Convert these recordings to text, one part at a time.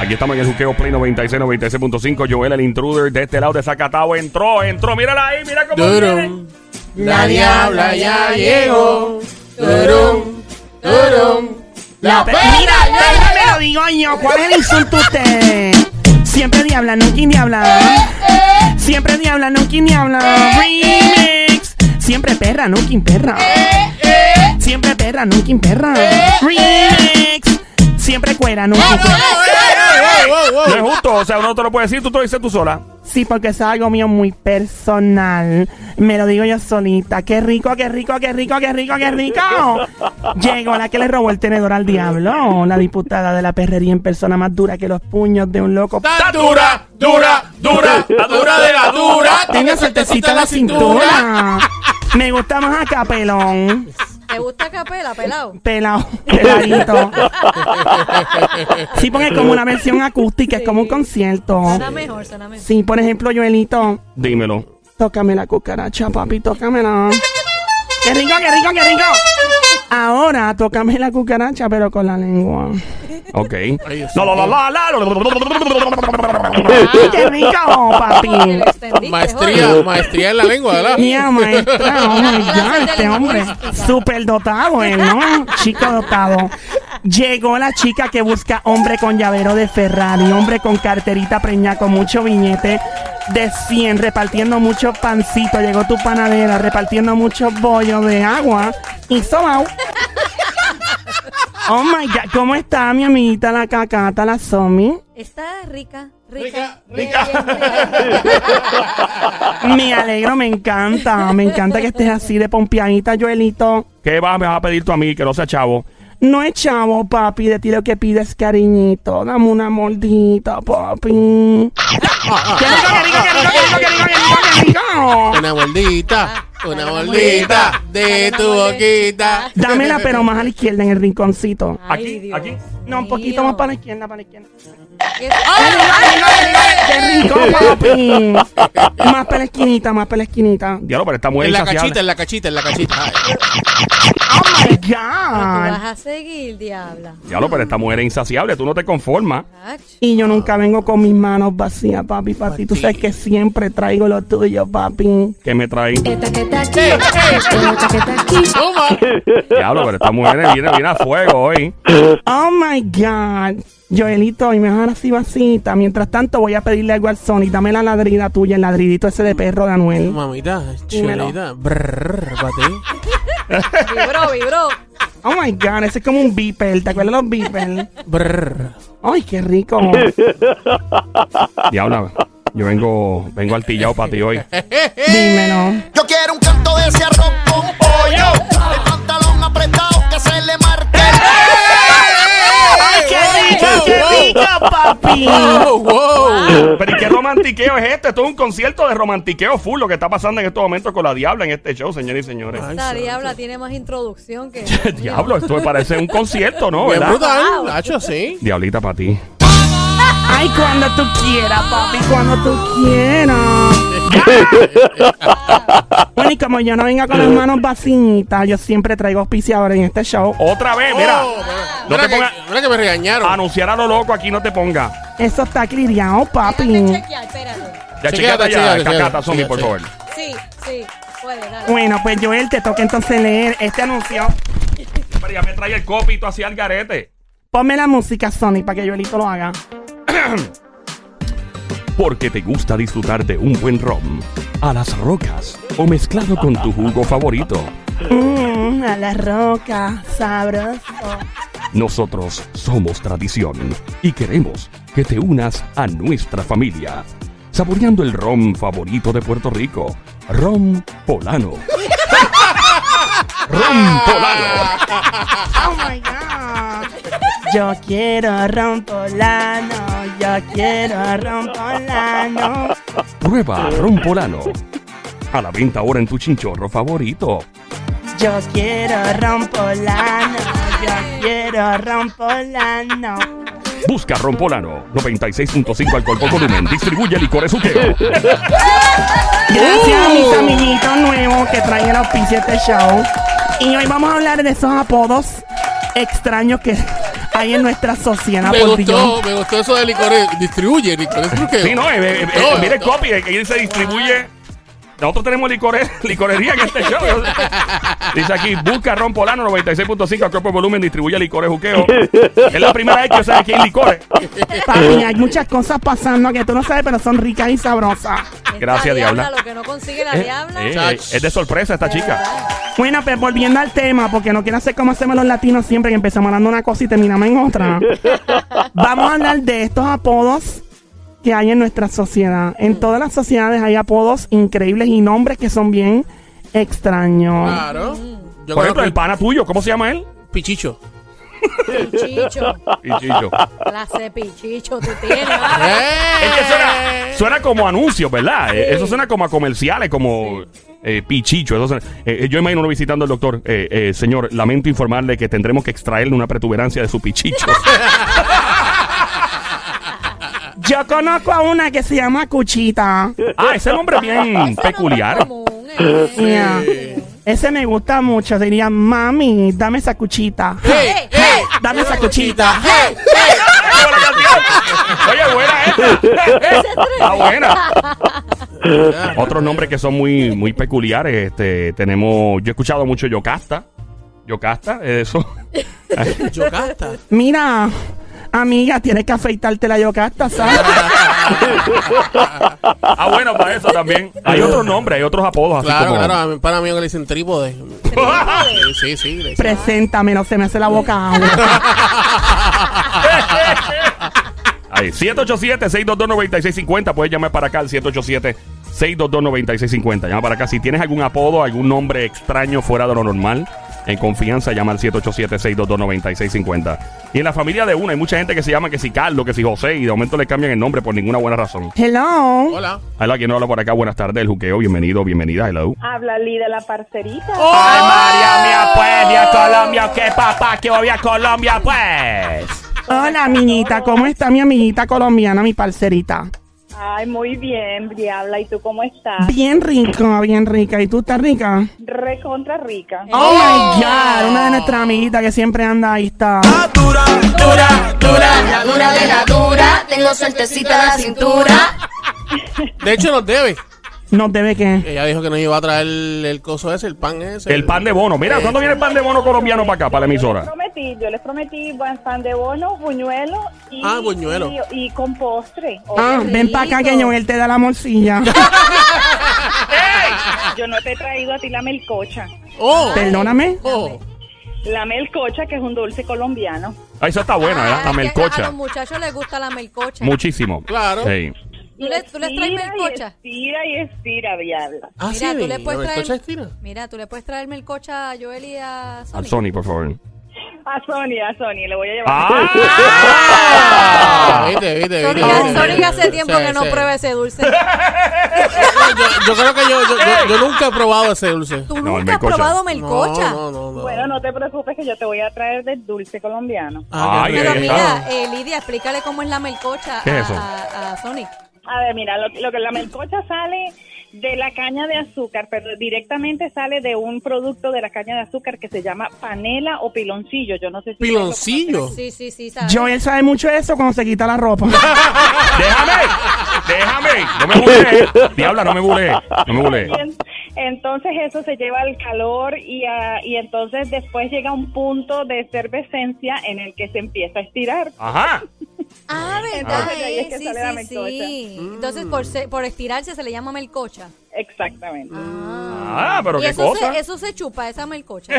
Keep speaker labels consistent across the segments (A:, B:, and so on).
A: Aquí estamos en el Juqueo Play 96, 96.5. Joel, el intruder de este lado de Zacatao, entró, entró. Mírala ahí, mira cómo viene.
B: Turum. La diabla ya llegó. Turum, turum. La
C: Mira,
B: perra ya
C: déjame
B: llegó.
C: lo digo yo. ¿Cuál es el insulto a ustedes? Siempre diabla, nunca ni habla. Siempre diabla, nunca ni habla. Remix. Siempre perra, nunca perra.
B: Eh,
C: Siempre perra, nunca perra. Remix. Siempre cuera, nunca cuera.
A: No es justo, o sea, uno te lo puede decir, tú te lo dices tú sola.
C: Sí, porque eso es algo mío muy personal. Me lo digo yo solita. Qué rico, qué rico, qué rico, qué rico, qué rico. Llegó la que le robó el tenedor al diablo. La diputada de la perrería en persona más dura que los puños de un loco.
B: Está dura, dura, dura, la dura de la dura.
C: Tenga suertecita la cintura. Me gusta más acá, pelón.
D: ¿Te gusta capela, pelado?
C: Pelado, peladito. Sí, porque es como una versión acústica, es como un concierto.
D: Suena mejor, suena mejor.
C: Sí, por ejemplo, Joelito.
A: Dímelo.
C: Tócame la cucaracha, papi, tócamela. ¡Qué rico, qué rico, qué rico! Ahora, tócame la cucaracha, pero con la lengua.
A: Ok.
B: Dios
A: La, la, la, la, la, la.
C: ¡Ay, ¡Qué rico,
D: Te
C: papi!
D: lo extendiste,
B: Maestría,
D: joder.
B: maestría en la lengua, ¿verdad?
C: Mía, maestra, oh my God, este hombre.
D: Lingüística.
C: Super dotado, él, ¿no? Chico dotado. Llegó la chica que busca hombre con llavero de Ferrari, hombre con carterita preñada, con mucho billete de 100, repartiendo muchos pancitos. Llegó tu panadera repartiendo muchos bollos de agua y sobao. Oh my God, ¿cómo está mi amiguita la cacata, la Somi?
D: Está rica, rica,
B: Rica,
D: bien,
B: rica.
C: Me alegro, me encanta, me encanta que estés así de pompianita, Joelito.
A: ¿Qué vas, me vas a pedir tú a mí que no sea chavo?
C: No es chavo, papi. De ti lo que pides es cariñito. Dame una mordita, papi. ¡Qué rico, qué rico, qué rico, qué rico, qué rico, qué rico, qué rico!
B: Una mordita, una mordita de tu boquita.
C: Dámela, pero más a la izquierda, en el rinconcito.
A: Aquí, aquí.
C: No, un poquito más para la izquierda, para la izquierda. ¡Qué
D: ¡Ay,
C: rico, papi! Más para la esquinita, más para la esquinita.
A: Diablo, pero está muy
B: En la
A: insaciable.
B: cachita, en la cachita, en la cachita. Ay,
C: ¡Oh, my
D: Vas
C: God!
D: a seguir, diabla.
A: Diablo, pero esta mujer es insaciable, tú no te conformas.
D: Ach.
C: Y yo nunca vengo con mis manos vacías, papi. Para ti, tú sabes que siempre traigo lo tuyo, papi.
A: ¿Qué me trae?
B: Che, che. Toma.
A: Diablo, pero esta mujer viene, viene a fuego hoy.
C: Oh my God. Joelito, y me vas a dar así vasita. Mientras tanto, voy a pedirle algo al Sony. Dame la ladrida tuya, el ladridito ese de perro de Anuel.
B: Mamita,
C: Dímelo.
B: chulita. Brrr, pa' ti.
D: Vibró, vibró.
C: Oh my God, ese es como un beeper. ¿Te acuerdas de los beeper?
B: Brrr.
C: Ay, qué rico.
A: Diablo, yo vengo, vengo altillado para ti hoy.
C: Dímelo.
E: Yo quiero un canto de ese arroz con pollo. El pantalón apretado que se le marque.
C: Ay, qué rico, qué rico, papi.
B: Wow, Oh, wow.
A: Pero ¿y qué romantiqueo es este? Esto es un concierto de romantiqueo full lo que está pasando en estos momentos con la Diabla en este show, señores y señores.
B: Ay,
D: Esta
B: santo.
D: diabla tiene más introducción que.
A: Diablo, esto me parece un concierto, ¿no?
B: Bien
A: Oh, ¿Verdad?
B: brutal, Nacho, sí.
A: Diablita para ti.
C: Ay, cuando tú quieras, papi, cuando tú quieras. Bueno, y como yo no venga con las manos vacitas, yo siempre traigo auspiciadores en este show.
A: Otra vez, mira.
B: Oh,
A: no
B: mira,
A: te
B: que,
A: pongas- Ah,
B: mira que me regañaron.
A: Anunciar a lo loco aquí no te ponga.
C: Eso está cliriado,
D: Déjate
C: papi.
D: chequear, espérate.
A: Ya
B: Chequéate,
A: chequeate ya,
B: chequéate,
A: cacata,
B: chequéate,
A: Sony, por favor.
B: chequéate.
D: Sí, sí, puede, dale.
C: Bueno, pues Joel, te toca entonces leer este anuncio.
A: Pero ya me trae el copy y tú hacías el garete.
C: Ponme la música, Sony, para que Joelito lo haga.
A: Porque te gusta disfrutar de un buen rom a las rocas o mezclado con tu jugo favorito.
C: Mmm, a la roca, sabroso.
A: Nosotros somos tradición y queremos que te unas a nuestra familia. Saboreando el rom favorito de Puerto Rico, rom polano. rom polano.
C: Oh my God. Yo quiero rompolano, yo quiero rompolano.
A: Prueba rom polano. A la venta ahora en tu chinchorro favorito.
C: Yo quiero rompolano, yo quiero rompolano.
A: Busca rom polano 96.5 alcohol por volumen. Distribuye licores Uqueo.
B: ¡Oh!
C: Gracias a mis amiguitos nuevos que traen el auspicio a este show. Y hoy vamos a hablar de esos apodos extraños que hay en nuestra sociedad.
B: Me
C: por Dios.
B: gustó, me gustó eso de licores. Distribuye, licores Truqueo.
A: Sí, no, eh, eh, eh,
B: No,
A: mira el
B: no.
A: copy, eh, que ahí se distribuye. Nosotros tenemos licore- licorería en este show. Dice aquí, busca Ron Polano 96.5 a cuerpo y volumen, distribuye licores juqueo. Es la primera vez que se aquí en licores.
C: Papi, hay muchas cosas pasando que tú no sabes, pero son ricas y sabrosas.
D: Esta
A: Gracias, Diabla.
D: Lo que no consigue la
A: Eh,
D: diabla.
A: eh,
B: Chach.
A: es de sorpresa esta chica.
C: Bueno, pues volviendo al tema, porque no quiero hacer como hacemos los latinos siempre, que empezamos hablando una cosa y terminamos en otra. Vamos a hablar de estos apodos que hay en nuestra sociedad. En todas las sociedades hay apodos increíbles y nombres que son bien extraños.
B: Claro. Yo
A: Por ejemplo, el
B: conozco
A: pana tuyo, ¿cómo se llama él?
B: el pichicho.
D: Pichicho.
A: Y Chicho.
D: La cepichicho tú tienes. ¿vale?
B: ¡Eh!
A: Es que suena, suena como anuncios, ¿verdad? Eh, Eso suena como a comerciales, como eh, pichicho. Eso suena- eh, eh, yo imagino uno visitando al doctor. eh, eh, señor, lamento informarle que tendremos que extraerle una protuberancia de su pichicho.
C: Yo conozco a una que se llama Cuchita.
A: ah, ese nombre es bien
D: Ese
A: peculiar.
D: nombre es común,
C: Yeah.
D: eh.
C: Ese me gusta mucho. Diría, mami, dame esa cuchita.
B: ¡Hey! ¡Hey!
C: Dame esa cuchita.
B: ¡Hey!
A: ¡Qué buena canción! Oye, buena esta. Está buena.
B: eh.
A: Otros nombres que son muy, muy peculiares. Este, tenemos. Yo he escuchado mucho Yocasta. Yocasta, eso.
B: Yo casta.
C: Mira, amiga, tienes que afeitarte la yocasta, ¿sabes?
A: Ah, bueno, para eso también. Hay otros nombres, hay otros apodos así
B: Claro,
A: como.
B: claro. A mi pana mío que le dicen trípode. Sí, sí, sí. le dicen.
C: Preséntamelo, se me hace la boca agua.
A: Ahí, 787-622-9650. Puedes llamar para acá al 787-622-9650. Llama para acá. Si tienes algún apodo, algún nombre extraño fuera de lo normal, en confianza llama al 787-622-9650. Y en la familia de una hay mucha gente que se llama que si Carlos, que si José, y de momento le cambian el nombre por ninguna buena razón.
C: Hello.
B: Hola.
A: Hola, quien no habla por acá, buenas tardes, el juqueo, bienvenido, bienvenida, hello. ¡Oh!
F: Habla Lee de la parcerita.
A: ¡Ay, María mía, pues! ¡Vía Colombia! ¡Qué papá! ¡Que voy a Colombia, pues!
C: Hola, amiguita. ¿Cómo está mi amiguita colombiana, mi parcerita?
F: Ay, muy bien, Diabla. ¿Y tú cómo estás?
C: Bien rico, bien rica. ¿Y tú estás rica?
F: Recontra rica.
C: Oh, my God. Una de nuestras amiguitas que siempre anda ahí está.
G: La dura de la dura, tengo suertecita la cintura.
B: De hecho, nos debe.
C: ¿Nos debe qué?
B: Ella dijo que nos iba a traer el, el coso ese, el pan ese.
A: El pan de bono. Mira, ¿cuándo viene el pan de bono colombiano para acá, para la
F: Les
A: emisora?
F: prometí, yo les prometí buen pan de bono, buñuelo y,
B: Ah, buñuelo.
F: y, y con postre. O-
C: Ah, ven para acá que yo él te da la morcilla.
F: Yo no te he traído a ti la melcocha.
B: ¡Oh!
C: Perdóname.
B: ¡Oh!
F: La melcocha, que es un dulce colombiano.
A: Ah, esa está buena, ¿verdad? La
D: Ay, es que A
A: melcocha.
D: los muchachos les gusta la melcocha.
A: Muchísimo.
B: Claro.
A: Sí.
D: ¿Tú, le- tú les traes
F: Estira y
D: melcocha?
F: Estira y estira, Diabla.
B: Ah,
D: Mira,
B: sí,
D: tú le puedes
B: la
D: traer-
B: melcocha estina.
D: Mira, tú le puedes traer melcocha a Joel y a
A: Al
D: Sonic.
A: Sony, por favor.
F: A Sony, a Sony, le voy a llevar.
A: ¡Ah!
B: Viste, viste,
D: Sonic,
B: viste.
D: ya-
B: viste.
D: Sonic hace tiempo
B: Sí,
D: que no
B: sí.
D: prueba ese dulce.
B: No, Yo, yo creo que yo, yo, yo- yo nunca he probado ese dulce.
D: Tú
A: No, el
D: nunca has
A: melcocha.
D: probado
B: No,
D: melcocha.
B: No, no, no.
F: Bueno, no te preocupes que yo te voy a traer del dulce colombiano.
B: Ah, qué
A: Ay,
B: rico.
D: Pero
A: ahí
D: mira, eh, Lidia, explícale cómo es la melcocha
A: ¿Qué
D: a,
A: es eso?
D: a- a Sonic.
F: A ver, mira, lo, lo que la melcocha sale de la caña de azúcar, pero directamente sale de un producto de la caña de azúcar que se llama panela o piloncillo. Yo no sé si ustedes lo
B: piloncillo.
D: Sí, sí, sí, ¿sabes?
C: Joel sabe mucho de eso cuando se quita la ropa.
A: ¡Déjame! ¡Déjame! ¡No me bulees! Diabla, no me bulees. No me bulees.
F: conocen. Entonces eso se lleva al calor y, a- y entonces después llega un punto de efervescencia en el que se empieza a estirar.
A: Ajá.
D: Ah,
F: Ah.
D: ¿verdad?
F: Pero ahí es que
D: Sí,
F: sale la
D: sí, sí. Entonces,
B: Mm.
D: por, se- por estirarse se le llama melcocha.
F: Exactamente.
A: Ah, pero
D: Y
A: qué
D: eso
A: cosa. Eh.
D: Se, eso se chupa, esa melcocha.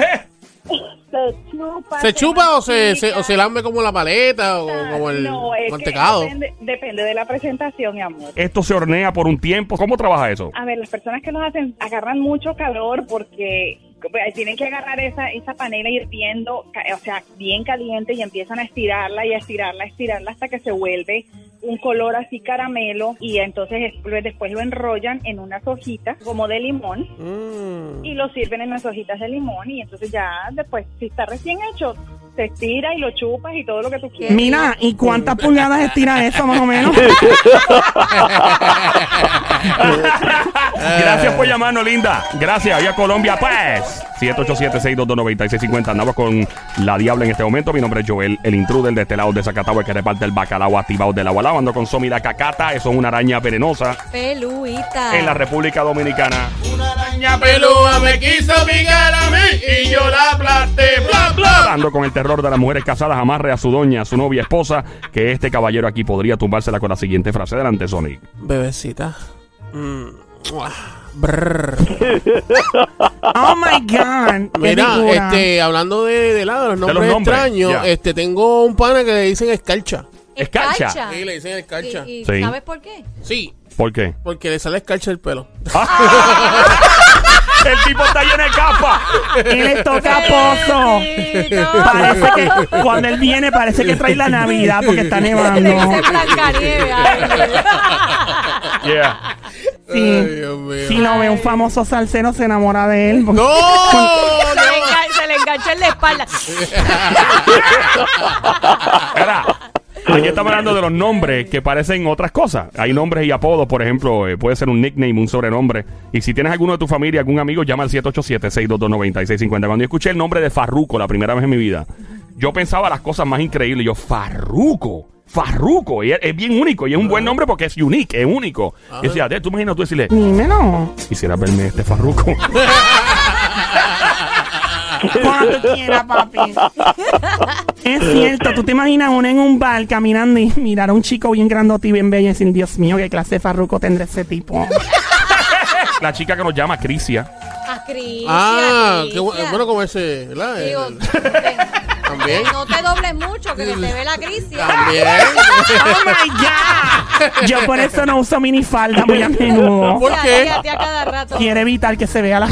F: Se chupa.
B: ¿Se chupa o se, se-
F: mastiga.
B: o se lambe como la paleta o como el
F: Ah, No, es que
B: mantecado?
F: depende, depende de la presentación, mi amor.
A: Esto se hornea por un tiempo. ¿Cómo trabaja eso?
F: A ver, las personas que los hacen agarran mucho calor porque pues, tienen que agarrar esa, esa panela hirviendo, ca- o sea, bien caliente y empiezan a estirarla y a estirarla, a estirarla hasta que se vuelve un color así caramelo y entonces es- lo- después lo enrollan en unas hojitas como de limón
B: Mm.
F: y lo sirven en las hojitas de limón y entonces ya después, si está recién hecho, se estira y lo chupas y todo lo que tú quieras.
C: Mira, ¿y cuántas pulgadas estira eso más o menos?
A: Gracias por llamarnos, linda. Gracias. Vía Colombia, pues. 787-622-9650. Andamos con la diabla en este momento. Mi nombre es Joel, el intruder de este lado de Zacatau, el que reparte el bacalao activado del agua. Ando con Somi la cacata. Eso es una araña venenosa
D: Peluita.
A: en la República Dominicana.
B: Una araña pelúa me quiso picar a mí y yo la aplasté. Bla, bla.
A: Ando con el terror de las mujeres casadas. Amarre a su doña, a su novia, esposa. Que este caballero aquí podría tumbársela con la siguiente frase. Adelante, Sonic.
B: Bebecita. Mm, uah, brr.
C: Oh my God. qué
B: Mira,
C: figura.
B: este, hablando de, de, lado, los
A: los
B: nombres
A: nombres,
B: extraños,
A: ya.
B: este, tengo un pana que le dicen escarcha.
A: Escarcha.
B: Sí, le dicen escarcha.
D: ¿Y, Ah. y
A: Sí.
D: sabes por qué?
B: Sí,
A: ¿Por qué?
B: porque le sale escarcha el pelo.
A: el tipo está lleno de capa.
C: Él es tocaposo. Parece que cuando él viene parece que trae la Navidad porque está
D: Le
C: nevando.
D: dicen Blancanieves. ay.
A: Yeah.
B: Ay,
C: Sí,
B: Dios mío.
C: si no ve un famoso salsero se enamora de él. porque-
B: ¡No!
D: Se le engan- Se le enganchó en la espalda.
A: Espera, aquí estamos hablando de los nombres que parecen otras cosas. Hay nombres y apodos, por ejemplo, eh, puede ser un nickname, un sobrenombre. Y si tienes alguno de tu familia, algún amigo, llama al 787-622-9650. Cuando yo escuché el nombre de Farruco la primera vez en mi vida, yo pensaba las cosas más increíbles. Yo, Farruco. Farruco, y es, es bien único y es un buen nombre porque es unique, es único. Y decía, "Ade, tú imaginas tú decirle,
C: Dímelo.
A: quisiera verme este Farruco.
C: Cuando tú quieras, papi. Es cierto, tú te imaginas uno en un bar caminando y mirar a un chico bien grandote y bien bello y decir, Dios mío, qué clase de farruco tendrá ese tipo.
A: la chica que nos llama Crisia.
D: A Crisia,
B: Ah,
D: Crisia.
B: qué bueno, bueno como ese, ¿verdad?
D: Digo,
B: El-
D: que-
B: También.
D: No te dobles mucho, que se te ve la crisis.
B: También.
C: ¡Oh, my God! Yo por eso no uso minifalda muy a menudo.
B: ¿Por qué?
D: A ti a cada rato.
C: Quiero evitar que se vea la...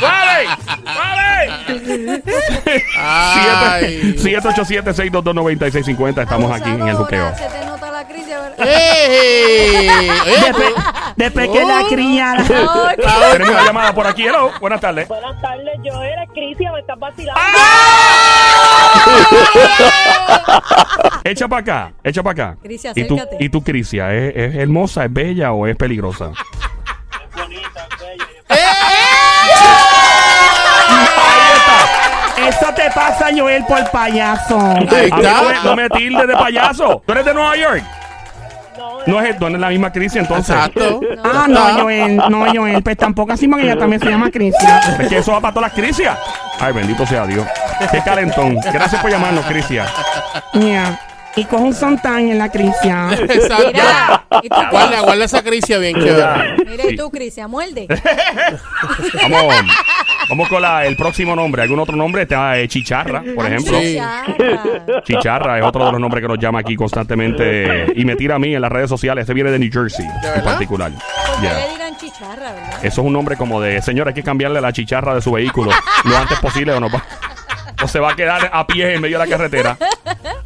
A: ¡Vale! ¡Vale!
B: Ay.
A: 787-622-9650. Estamos aquí en el
D: Abusadora,
A: juqueo.
D: Se te nota la crisis,
B: ¿Eh?
D: ¿verdad?
B: ¡Ey! Oye,
C: Después, después que
B: Oh.
C: la criada...
D: Ay, pues, qué-
A: Tenemos una llamada por aquí. Hello. Buenas tardes.
F: Buenas tardes, yo era Crisia, me estás vacilando.
A: Echa para acá. Echa para acá.
D: Crisia,
A: ¿Y tú,
D: acércate.
A: y tú Crisia, ¿es, es hermosa, es bella o es peligrosa? Ahí está.
C: Eso te pasa, Joel, por payaso.
B: Ahí
A: A mí no me-
B: está.
A: no me tildes de payaso. ¿Tú eres de Nueva York? No es, no es la misma Crisia entonces.
B: Exacto.
C: Ah, no, Joel, no, Joel. Pues tampoco así porque ella también se llama Crisia.
A: Es que eso va para todas las Crisias. Ay, bendito sea Dios. Qué calentón. Gracias por llamarnos, Crisia.
C: Mira, Y coge un sontán en la crisia.
B: Exacto.
D: Mira, y tú,
B: Guarda, guarda esa crisis bien chévere.
D: mira, y tú, Crisia, muerde.
A: Vamos, vamos con la- el próximo nombre. ¿Algún otro nombre? Está eh, Chicharra, por ejemplo.
B: Ah, Sí.
D: Chicharra.
A: Chicharra es otro de los nombres que nos llama aquí constantemente eh, y me tira a mí en las redes sociales. Este viene de New Jersey en
B: verdad?
A: particular.
D: ¿Por qué
A: Yeah.
D: le dirán chicharra, verdad?
A: Eso es un nombre como de, señor, hay que cambiarle la chicharra de su vehículo lo antes posible o no va. O se va a quedar a pie en medio de la carretera.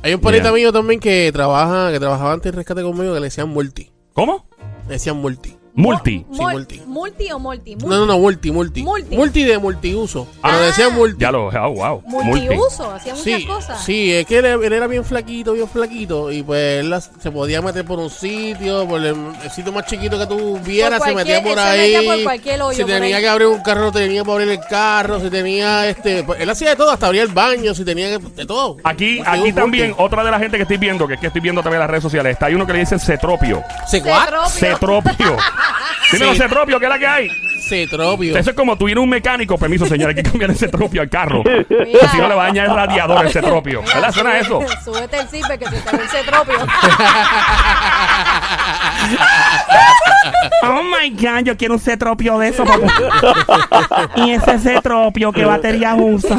B: Hay un panita
A: Bien.
B: mío también que trabaja, que trabajaba antes de rescate conmigo que le decían multi.
A: ¿Cómo?
B: Le decían multi.
A: Multi.
B: Sí,
D: Mol-
B: multi.
D: multi o multi. multi.
B: No, no, no, multi, multi.
D: Multi.
B: Multi, de multiuso. Pero
D: Ah.
B: le decían multi.
A: Ya lo, oh, wow. Multi.
D: Multiuso, hacía muchas
B: Sí,
D: cosas.
B: sí, es que él, él era bien flaquito, bien flaquito. Y pues él las- se podía meter por un sitio, por el, el sitio más chiquito que tú vieras,
D: Por
B: se metía
D: cualquier-
B: por
D: él se
B: ahí.
D: metía por cualquier hoyo,
B: si
D: por
B: tenía
D: ahí.
B: que abrir un carro, tenía que abrir el carro. Si tenía este. pues, él hacía de todo, hasta abría el baño, si tenía que. De todo.
A: Aquí,
B: Así
A: aquí
B: un
A: también,
B: multi.
A: otra de la gente que estoy viendo, que es que estoy viendo también en las redes sociales, está hay uno que le dicen Cetropio.
B: Se
D: Se
B: guat-
D: tropio.
A: Cetropio. Dímelo,
B: Sí.
A: Cetropio, ¿qué es la que hay?
B: Se tropio.
A: Eso es como tú ir a un mecánico, permiso, señora, hay que cambiar ese tropio al carro.
D: Mira.
A: Si no le va a añadir radiador a ese tropio. ¿Verdad? Suena eso.
D: Súbete el cipe que se te ve el cetropio.
C: Oh my God, yo quiero un cetropio de eso, papá. Y ese cetropio, que batería usa.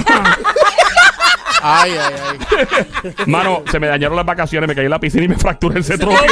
B: Ay, ay, ay.
A: Mano, se me dañaron las vacaciones, me caí en la piscina y me fracturé el cetropio.